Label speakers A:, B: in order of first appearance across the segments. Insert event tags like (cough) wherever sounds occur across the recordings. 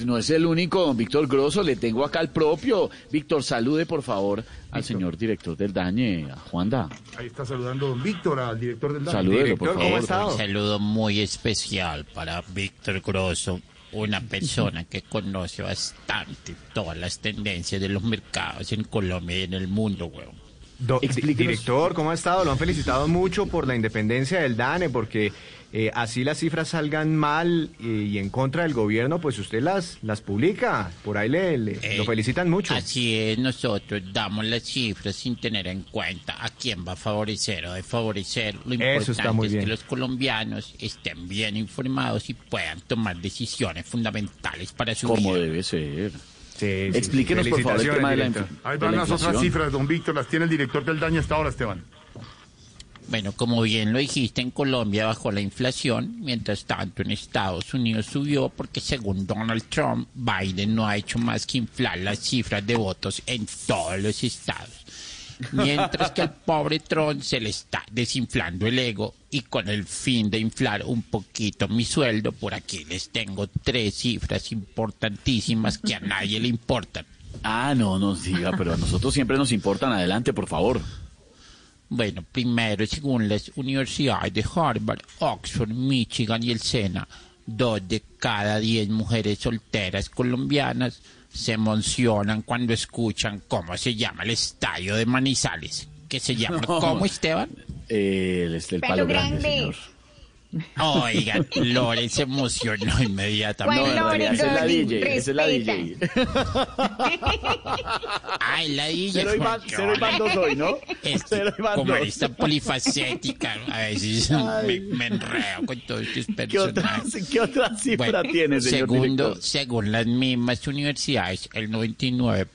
A: No es el único, don Víctor Grosso, le tengo acá al propio. Víctor, salude por favor al señor director del Dañe, a Juanda.
B: Ahí está saludando don Víctor, al director del DANE.
A: Salúdelo, por
B: Director,
A: favor.
B: ¿cómo ha estado?
C: Un saludo muy especial para Víctor Grosso, una persona que conoce bastante todas las tendencias de los mercados en Colombia y en el mundo, weón.
D: Do- di-
A: Explíquenos.
D: director, ¿cómo ha estado? Lo han felicitado mucho por la independencia del DANE, porque eh, así las cifras salgan mal eh, y en contra del gobierno, pues usted las, las publica. Por ahí le, le- lo
C: Eh,
D: felicitan mucho.
C: Así es, nosotros damos las cifras sin tener en cuenta a quién va a favorecer o desfavorecer. Lo importante
D: Eso está muy
C: es
D: bien.
C: que los colombianos estén bien informados y puedan tomar decisiones fundamentales para su
A: Como
C: vida.
A: debe ser.
D: Sí, sí,
A: Explíquenos por favor el
D: felicitaciones,
A: tema de la,
D: director.
A: infl-
B: Ahí
A: de
B: van
A: la
B: las otras
A: inflación.
B: cifras, don Víctor. Las tiene el director del daño hasta ahora, Esteban.
C: Bueno, como bien lo dijiste, en Colombia bajó la inflación, mientras tanto en Estados Unidos subió porque según Donald Trump, Biden no ha hecho más que inflar las cifras de votos en todos los estados. Mientras que al pobre Trump se le está desinflando el ego y con el fin de inflar un poquito mi sueldo, por aquí les tengo tres cifras importantísimas que a nadie le importan.
A: Ah, no nos diga, pero a nosotros siempre nos importan. Adelante, por favor.
C: Bueno, primero, según las universidades de Harvard, Oxford, Michigan y el SENA, dos de cada diez mujeres solteras colombianas se emocionan cuando escuchan cómo se llama el estadio de Manizales. Que
A: (laughs)
C: se llama
A: No.
C: ¿Cómo, Esteban?
A: Eh, el, el palo
E: Palo
A: grande,
E: grande.
A: señor.
C: Oigan, Lore se emocionó
E: ¿Cuál
A: No, en realidad,
C: inmediatamente.
A: esa es la
E: Lore,
A: DJ, esa es la
E: respeta.
A: DJ.
C: Ay, la DJ.
A: Cero y van-
C: porque
A: cero y van
C: ahora
A: dos hoy, ¿no?
C: es que
A: Cero y van
C: Este, como
A: dos.
C: esta polifacética,
A: (laughs)
C: a veces me, me enredo con todos estos
A: ¿Qué otra,
C: personajes.
A: ¿Qué otra cifra
C: Bueno,
A: tiene, señor
C: segundo,
A: director?
C: según las mismas universidades, el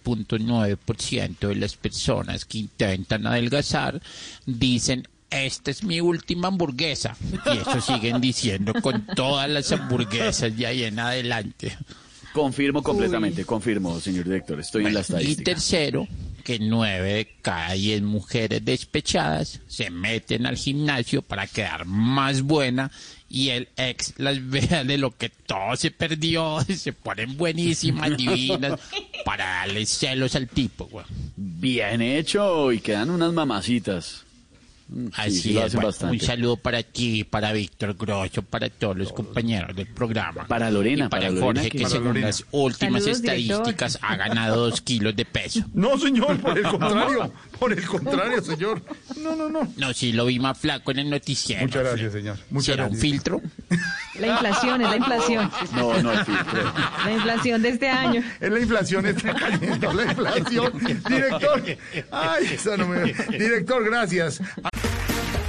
C: 99.9% de las personas que intentan adelgazar dicen esta es mi última hamburguesa y eso siguen diciendo con todas las hamburguesas de ahí en adelante.
A: Confirmo completamente, confirmo, señor director. Estoy en la
C: Y
A: estadística.
C: tercero, que nueve de cada diez mujeres despechadas se meten al gimnasio para quedar más buena y el ex las (laughs) vea de lo que todo se perdió, (laughs) se ponen
A: (laughs)
C: buenísimas, divinas, para darle celos al tipo, güey.
A: Bien hecho y quedan unas mamacitas. Mm, sí,
C: Así
A: sí lo
C: es,
A: hacen
C: bueno, un
A: bastante.
C: saludo para ti, para Víctor Grosso, para todos los compañeros del programa.
A: Para Lorena,
C: Y para,
A: para Lorena,
C: Jorge,
A: que-
C: que,
A: para
C: según
B: Lorena.
C: las últimas
E: Saludos, director.
C: estadísticas ha ganado dos kilos de peso.
B: (laughs) No, señor, por el contrario. Por el contrario, señor. No, no, no.
C: No, sí, lo vi más flaco en el noticiero.
B: Muchas gracias, señor. Muchas
C: ¿Será un
B: gracias.
C: filtro?
E: La inflación, es la inflación.
A: No, no, el filtro.
E: La inflación de este año.
B: Es la inflación, está cayendo la inflación. Director. Ay, esa no me- Director, gracias.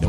F: No